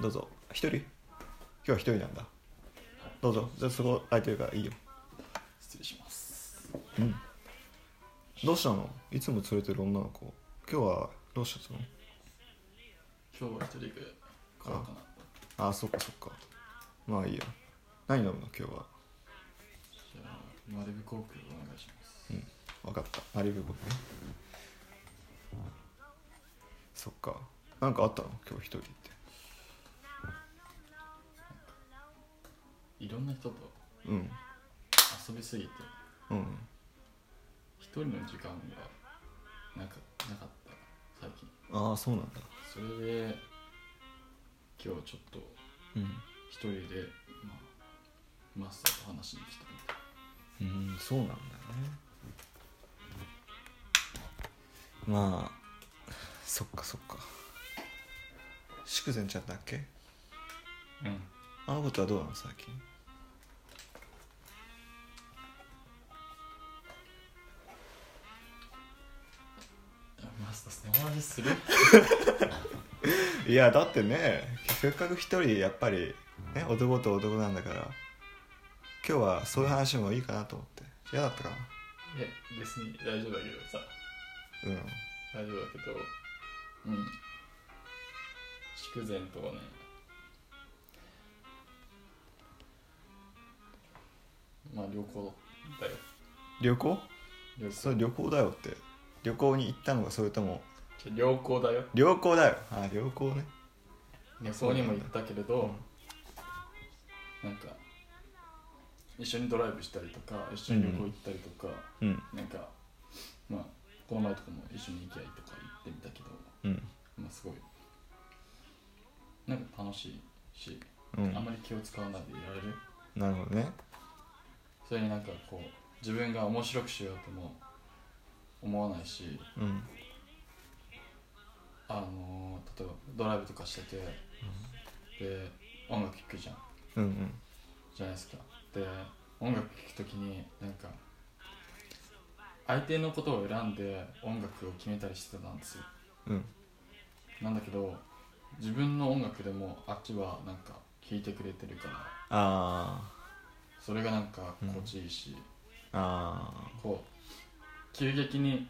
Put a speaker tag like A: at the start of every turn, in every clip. A: どうぞ一人今日は一人なんだどうぞじゃあそこ空いてるからいいよ
B: 失礼します
A: うんどうしたのいつも連れてる女の子今日はどうしたの
B: 今日は一人で買おうかな
A: あそっかそっかまあいいや何飲むの今日は
B: じゃあマリブコークお願いします
A: 分かったマリブコねそっかなんかあったの今日一人って
B: いろんな人と
A: うん
B: 遊びすぎて
A: うん
B: 一人の時間がなかなかった最近
A: ああそうなんだ
B: それで今日ちょっと
A: うん
B: 一人で、まあ、マスターと話しに来たみたい
A: うんそうなんだよねまあそっかそっか筑前ちゃんだっけ
B: うん
A: あの子とはどうなの最近
B: マスターその話する
A: いやだってねせっかく一人でやっぱり、ね、男と男なんだから今日はそういう話もいいかなと思って嫌だったか
B: え別に大丈夫だけどさ
A: なうん
B: 大丈夫だけどうん筑前とはねまあ旅行だよ
A: 旅行
B: 旅行
A: それ旅行だよって旅行に行ったのかそれとも
B: 良好だよ
A: 良好だよあ良好ね
B: 旅行にも行ったけれど、なんか一緒にドライブしたりとか一緒に旅行行ったりとか、
A: うん
B: なんかまあこの前とかも一緒に行きゃいいとか言ってみたけど
A: うん
B: まあすごいなんか楽しいし、
A: うん
B: あんまり気を使わないでいられる
A: なるほどね
B: それになんかこう自分が面白くしようとも思わないし
A: うん
B: あのー例えばドライブとかしてて、で音楽聴くじゃん
A: うんうん
B: じゃないですかで音楽聴くときになんか相手のことを選んで音楽を決めたりしてたんですよ
A: うん
B: なんだけど自分の音楽でもあっちはなんか聴いてくれてるから
A: あ
B: それがなんか
A: うん
B: 心地いいし、
A: ーあ
B: こう急激に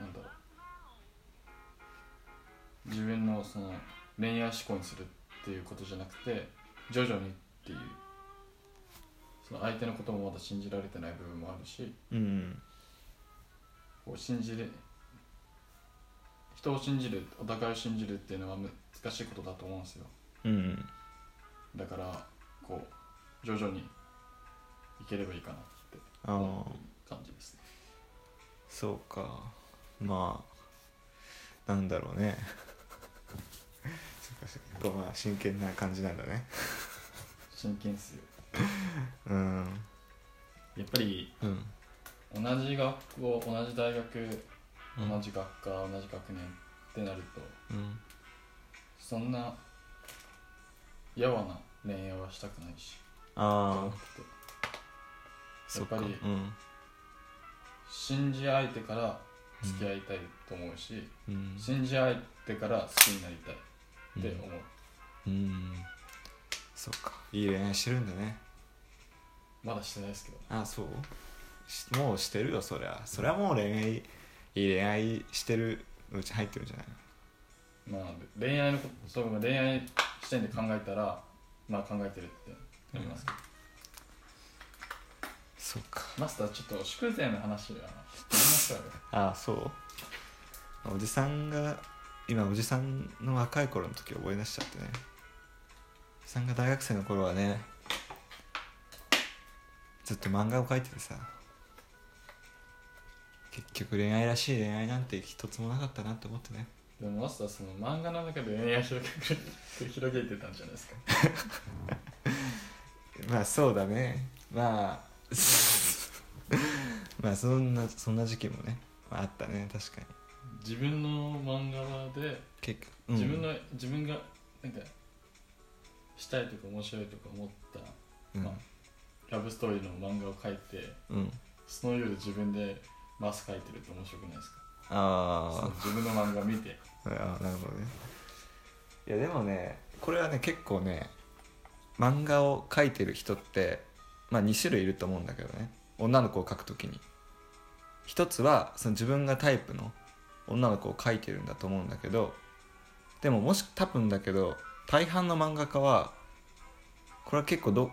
B: なんだろう自分のその恋愛思考にするっていうことじゃなくて徐々にっていうその相手のこともまだ信じられてない部分もあるし
A: ーうん
B: こう信じれ人を信じるお互いを信じるっていうのは難しいことだと思うんですよ
A: うん
B: だからこう徐々にいければいいかなって
A: ああ
B: 感じですね
A: そうかまあなんだろうね そっかそっかまあ真剣な感じなんだね
B: 真剣っすよ
A: うん
B: やっぱり
A: うん
B: 同じ学校同じ大学同じ学科、同じ学年ってなると
A: うん
B: そんなやわな恋愛はしたくないし
A: ああ
B: じゃなくて
A: そっか
B: やっぱり
A: うん
B: 信じ合えてから付き合いたいと思うし、
A: うん
B: 信じ合えてから好きになりたいって思う、
A: うんそっかいい恋愛してるんだね
B: まだしてないですけど
A: あそうしもうしてるよそりゃそりゃもう恋愛いい恋愛してるうち入ってるんじゃないの
B: まあ恋愛のことそうか恋愛視点で考えたらまあ考えてるってなりますけど、
A: そっか
B: マスターちょっと宿前の話はやりましょうよ
A: ああそうおじさんが今おじさんの若い頃の時を思い出しちゃってねおじさんが大学生の頃はねずっと漫画を描いててさ結局恋愛らしい恋愛なんて一つもなかったなって思ってね
B: でもマスターその漫画の中で恋愛広げて繰り広げてたんじゃないですか
A: まあそうだねまあ まあそんなそんな時期もね、まあ、あったね確かに
B: 自分の漫画で
A: 結局、うん
B: 自分の、自分がなんかしたいとか面白いとか思った
A: うん
B: まあラブストーリーの漫画を描いて
A: うん
B: その夜自分でマス描いてるって面白くないですか
A: あ
B: そ
A: あ
B: の自分の漫画見て
A: ああなるほどねいやでもねこれはね結構ね漫画を描いてる人って、まあ、2種類いると思うんだけどね女の子を描くときに一つはその自分がタイプの女の子を描いてるんだと思うんだけどでももし多分だけど大半の漫画家はこれは結構ど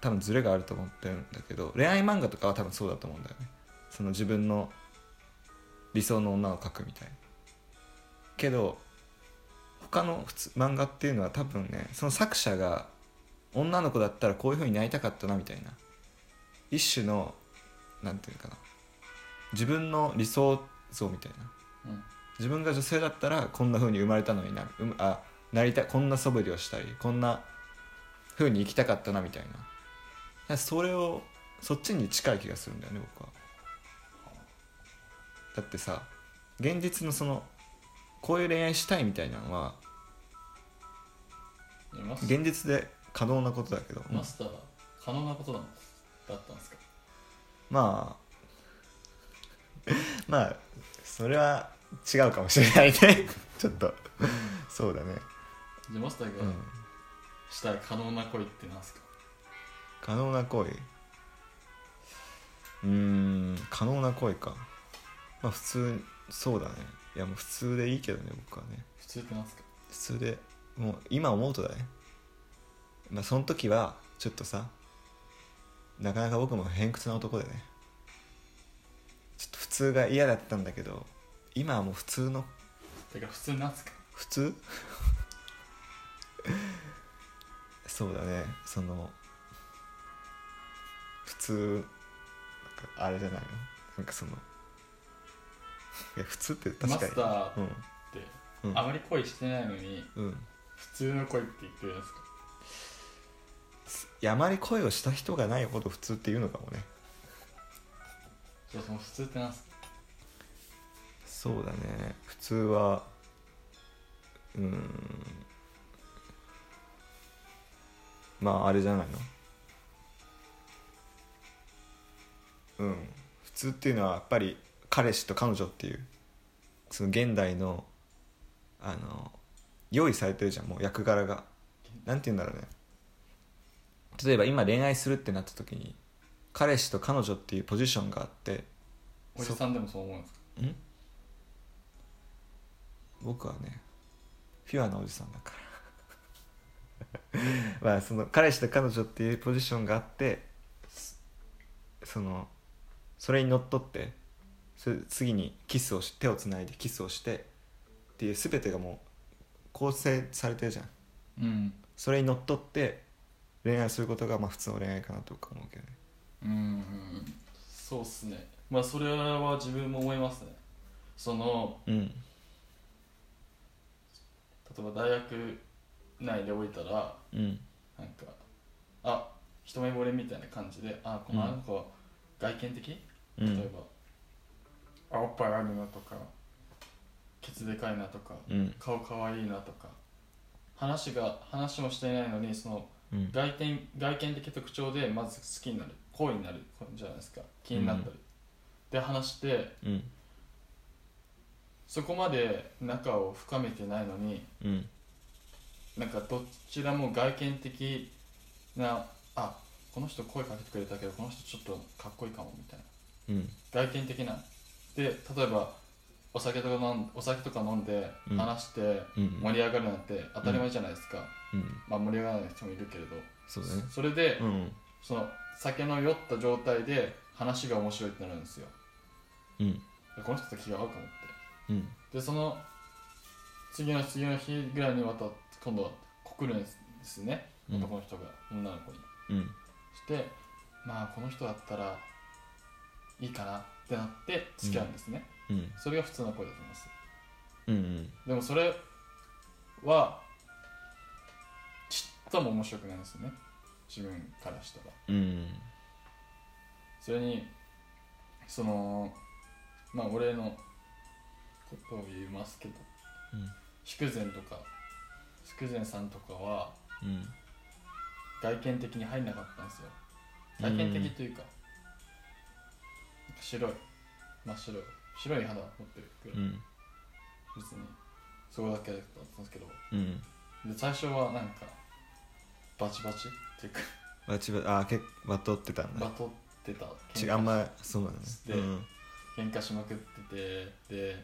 A: 多分ズレがあると思ってるんだけど恋愛漫画とかは多分そうだと思うんだよねその自分の理想の女を描くみたいなけど他の普通漫画っていうのは多分ねその作者が女の子だったらこういう風になりたかったなみたいな一種のなんていうのかな自分の理想像みたいな
B: うん
A: 自分が女性だったらこんな風に生まれたのになうむあなりたいこんな素振りをしたりこんな風に生きたかったなみたいなだからそれをそっちに近い気がするんだよね僕はだってさ現実のそのこういう恋愛したいみたいなのは
B: いやマス
A: 現実で可能なことだけど、
B: マスターは可能なことだだったんですか
A: まあ まあそれは違うかもしれないね ちょっとそうだね
B: じゃあマスター
A: う
B: が
A: ん
B: したい可能な恋ってなんですか、
A: 可能な行為うーん可能な行為かまあ普通そうだねいやもう普通でいいけどね僕はね
B: 普通ってなんですか
A: 普通でもう今思うとだねまあその時はちょっとさなかなか僕も偏屈な男でねちょっと普通が嫌だったんだけど今はもう普通の
B: てか普通なんですか
A: 普通 そうだねその普通なんかあれじゃないのなんかそのいや普通って確
B: マ
A: か
B: ス
A: に
B: ターっ
A: うん
B: て
A: うん
B: あまり恋してないのに
A: うん
B: 普通の恋って言ってるんですか
A: いやあまり恋をした人がないほど普通っていうのかもね
B: じゃあその普通ってなんですか
A: そうだね普通はうーんまああれじゃないのうん普通っていうのはやっぱり彼氏と彼女っていうその現代のあの用意されてるじゃんもう役柄がなんて言うんだろうね例えば今恋愛するってなった時に彼氏と彼女っていうポジションがあって
B: おじさんでもそう思うんですか
A: ん僕はねピュアなおじさんだから まあその彼氏と彼女っていうポジションがあってすそのそれにのっとってそれ次にキスをし手をつないでキスをしてっていう全てがもう構成されてるじゃん
B: うん
A: それにのっとって恋愛することがまあ普通の恋愛かなとか思うけどね
B: うんうんそうっすねまあそれは自分も思いますねその
A: うん
B: 例えば大学内でおいたら
A: うん
B: なんかあ一目惚れみたいな感じであこのあの子は外見的、
A: う
B: 例え
A: ん
B: ばあおっぱいあるなとかケツでかいなとか
A: うん
B: 顔かわいいなとか話が話もしていないのにその
A: うん
B: 外見外見的特徴でまず好きになる恋になるじゃないですか気になったり、で話して
A: うん
B: そこまで仲を深めてないのに
A: うん
B: なんかどちらも外見的なあこの人声かけてくれたけどこの人ちょっとかっこいいかもみたい
A: うん
B: な外見的なで例えばお酒とか飲んお酒とか飲んで
A: うん
B: 話して
A: うん
B: 盛り上がるなんて当たり前じゃないですか、
A: うん
B: まあ盛り上がらない人もいるけれど、
A: そうだね
B: それで、
A: うん
B: その酒の酔った状態で話が面白いってなるんですよ
A: うん
B: でこの人と気が合うかもって
A: うん
B: でその次の次の日ぐらいにまた今度は告るんですね
A: うん
B: 男の人が女の子に、
A: うん
B: してまあこの人だったらいいかなってなって付き合うんですね、
A: うん
B: それが普通の恋だと思います
A: うん
B: でもそれはちっとも面白くないんですよね自分からしたら
A: うん
B: それにそのまあ俺のことを言いますけど筑前とか筑前さんとかは
A: うん
B: 外見的に入んなかったんですよ
A: うん
B: 外見的というか、なんか白い真っ白い白い肌持ってるくらい、
A: うん
B: 別にそこだけだったんですけど
A: うん
B: で最初はなんかバチバチっていうか
A: バチバチあー結構バトってたん
B: バ
A: だ
B: トってた
A: 違うあんまそうなん
B: で
A: だね
B: 喧嘩しまくっててで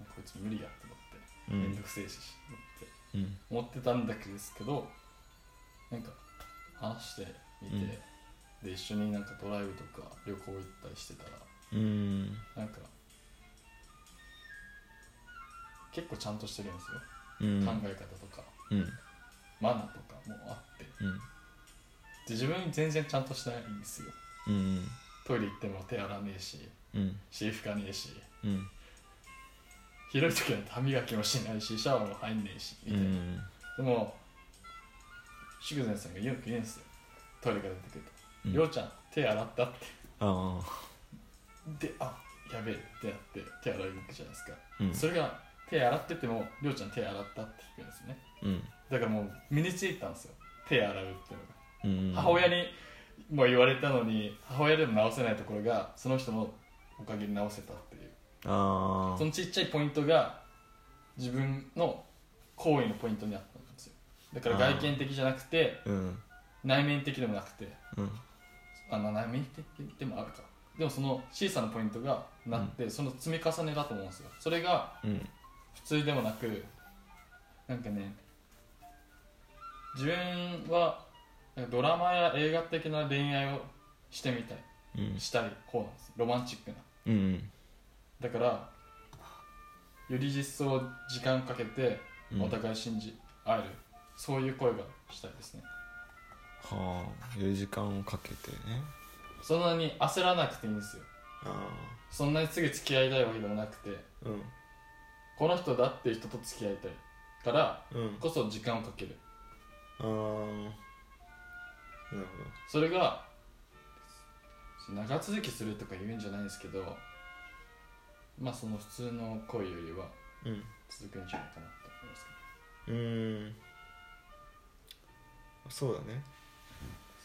B: こいつ無理やと思っ
A: う
B: てめん
A: ん
B: どくせえしって
A: うんうん
B: 思ってたんだけですけどなんか話してみて、
A: うん
B: で一緒になんかドライブとか旅行行ったりしてたら
A: うん
B: なんか結構ちゃんとしてるんですよ、
A: うん
B: 考え方とか
A: うん
B: マナーとかもあってで
A: うん
B: 自分全然ちゃんとしてないんですよ
A: うん
B: トイレ行っても手洗わねえし
A: うん
B: 尻拭かねえし
A: うん
B: ひどい時は歯磨きもしないしシャワーも入んねえしみ
A: う
B: たいな、
A: ん
B: でも筑前さんがよく言うんですよトイレから出てくると「
A: うん
B: りょうちゃん手洗った?」って
A: あ
B: で「あやべえ」ってなって手洗いに行くじゃないですか、
A: あうん
B: それが手洗ってても「りょうちゃん手洗った?」って聞くんですよね
A: うん
B: だからもう身についたんですよ手洗うってい
A: う
B: うのが、
A: ん
B: 母親にも言われたのに母親でも直せないところがその人のおかげで直せたっていう
A: あ
B: そのちっちゃいポイントが自分の行為のポイントにあったんですよだから外見的じゃなくて
A: あうん
B: 内面的でもなくて
A: うん
B: あまあ内面的でもあるかでもその小さなポイントがなって、その積み重ねだと思うんですよそれが
A: うん
B: 普通でもなくなんかね自分はなんかドラマや映画的な恋愛をしてみたい
A: うん
B: したい方なんですロマンチックな
A: うん
B: だからより実装時間かけて
A: うん
B: お互い信じ合える、そういう声がしたいですね
A: はあ4時間をかけてね
B: そんなに焦らなくていいんですよ
A: あ
B: そんなにすぐ付き合いたいわけでもなくて
A: あうん
B: この人だっていう人と付き合いたいから
A: うん
B: こそ時間をかける
A: ああなる
B: それが長続きするとか言うんじゃないんですけどまあその普通の恋よりは
A: ほどうん
B: 続くんじゃないかなと思いますけ
A: うーんそうだね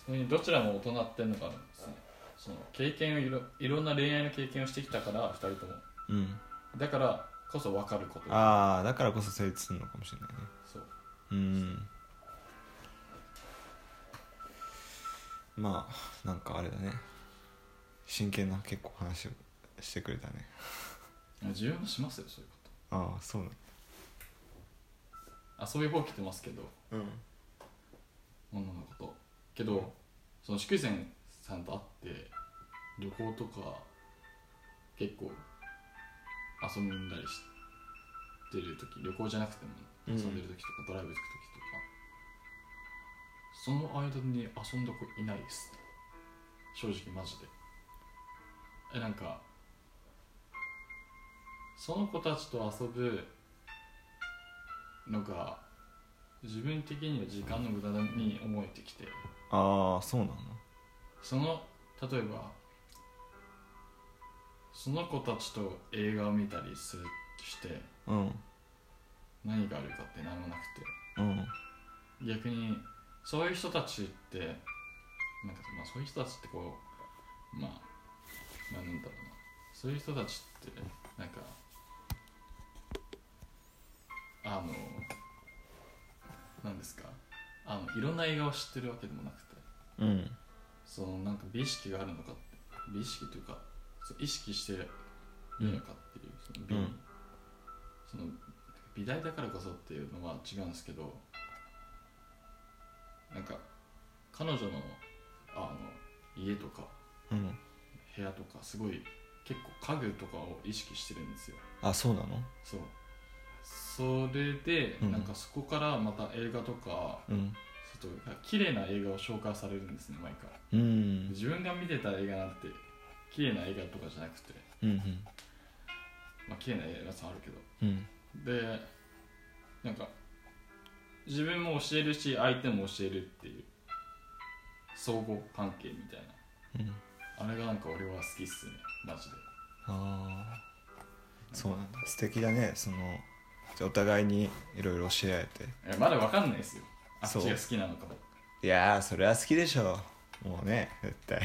B: どそれにどちらも大人っていうのがあるんですねその経験をいろいろんな恋愛の経験をしてきたから2人とも
A: うん
B: だからこそ分かること
A: ああだからこそ成立するのかもしれないね
B: そう
A: うーんまあなんかあれだね真剣な結構話をしてくれたね
B: 自分もしますよそういうこ
A: ああそう
B: と遊びほうきてますけど
A: だうん
B: 女の子とけどその祝前さんと会って旅行とか結構遊んだりしてる時旅行じゃなくても
A: う
B: 遊
A: ん
B: んでる時とか、ドライブ行く時とかその間に遊んだ子いないです正直マジでえなんかその子たちと遊ぶのが自分的には時間の無駄に思えてきて
A: ああそうなの
B: その例えばその子たちと映画を見たりするして
A: うん
B: 何があるかって何もなくて
A: うん
B: 逆にそういう人たちってなんか、まあ、そういう人たちってこうまあ、まあ、なんだろうなそういう人たちってなんかあのなんですかあのいろんな映画を知ってるわけでもなくて
A: うん
B: そのなんか美意識があるのかって美意識というかそう意識してるのかっていう、その美に、
A: うん
B: その美大だからこそっていうのは違うんですけどなんか彼女のあの家とか
A: うん
B: 部屋とかすごい結構家具とかを意識してるんですよ
A: あそうなの
B: そうそれで、
A: うん
B: なんかそこからまた映画とか
A: うん
B: ちょっと綺麗な映画を紹介されるんですね毎回
A: うん
B: 自分が見てた映画なんて綺麗な映画とかじゃなくて
A: うんうん
B: まあ綺麗な映画さんあるけど
A: うん
B: でなんか自分も教えるし相手も教えるっていう相互関係みたい
A: うん
B: なあれがなんか俺は好きっすねマジで
A: ああそうなんだ素敵だねそのじゃあお互いにいろいろ教え合え
B: いやまだわかんないですよあっち
A: そう
B: が好きなのかも
A: ていやーそれは好きでしょもうね絶対
B: い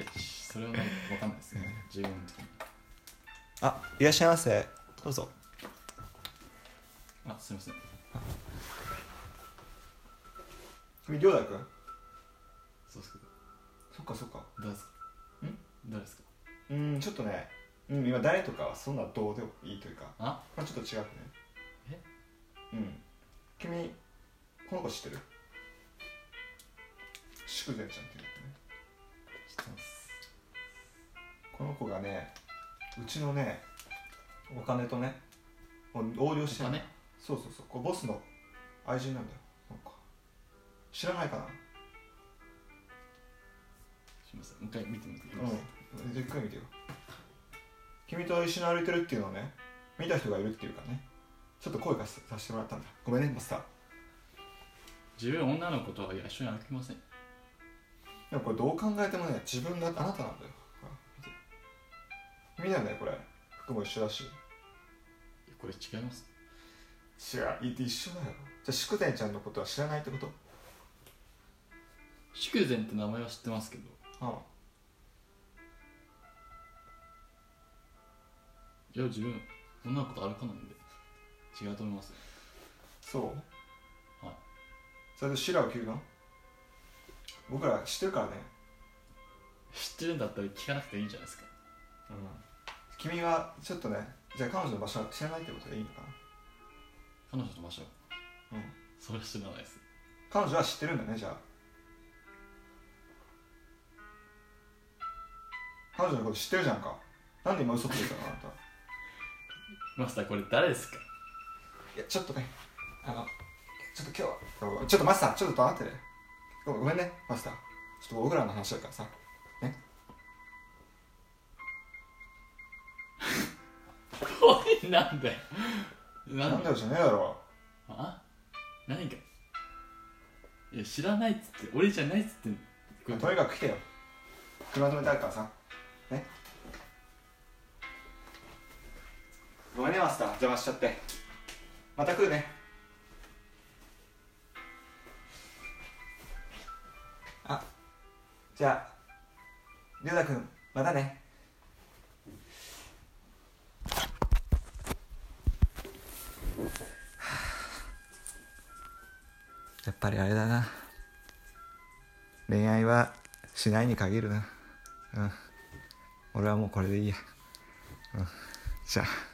B: やそれはなんかわかんないですね自分の時に
A: あいらっしゃいませどうぞ
B: あすいません
A: 次亮太君
B: そうっすか
A: そっかそっか
B: 誰ですか
A: ん
B: 誰ですか
A: うんちょっとね、うん、今誰とかはそんなどうでもいいというか
B: あ
A: まあちょっと違うね
B: え
A: うん君この子知ってる祝善ちゃんっていう子ね
B: 知ってます
A: この子がねうちのねお金とねもう横領して
B: お
A: る
B: 金
A: そうそうそうこれボスの愛人なんだよなんか知らないかな
B: すいませんもう一回見てみてください
A: うんじゃあゆっくり見てよ君と一緒に歩いてるっていうのをね見た人がいるっていうからねちょっと声かせさせてもらったんだごめんねマスター
B: 自分女の子とは一緒に歩きません
A: でもこれどう考えてもね自分があなたなんだよほら見て君なんだよこれ服も一緒だし
B: これ違います
A: 違うい一緒だよじゃあ祝典ちゃんのことは知らないってこと
B: 祝善って名前は知ってますけど
A: ああ
B: いや自分女の子と歩かないんで違うと思います
A: そう
B: はい
A: それでシラを切るの僕ら知ってるからね
B: 知ってるんだったら聞かなくていいんじゃないですか
A: うん君はちょっとねじゃあ彼女の場所は知らないってことでいいのか
B: 彼女と場所
A: なうん
B: それは知らないです
A: 彼女は知ってるんだねじゃあ彼女のこと知ってるじゃんかなんで今嘘ついたのあなた
B: マスターこれ誰ですか
A: いやちょっとねあのちょっと今日はちょっとマスターちょっと黙ってねごごめんねマスターちょっと僕らの話だからさ
B: 声なんだよな
A: なん
B: ん
A: だ
B: だ
A: よじゃねえだろ
B: あ何かいや知らないっつって俺じゃないっつってんのこれ
A: とにかく来てよ車止めてあるからさねごめんねマスター邪魔しちゃってまた来るねあじゃありょうたくんまたねやっぱりあれだな恋愛はしないに限るなうん俺はもうこれでいいやうんじゃあ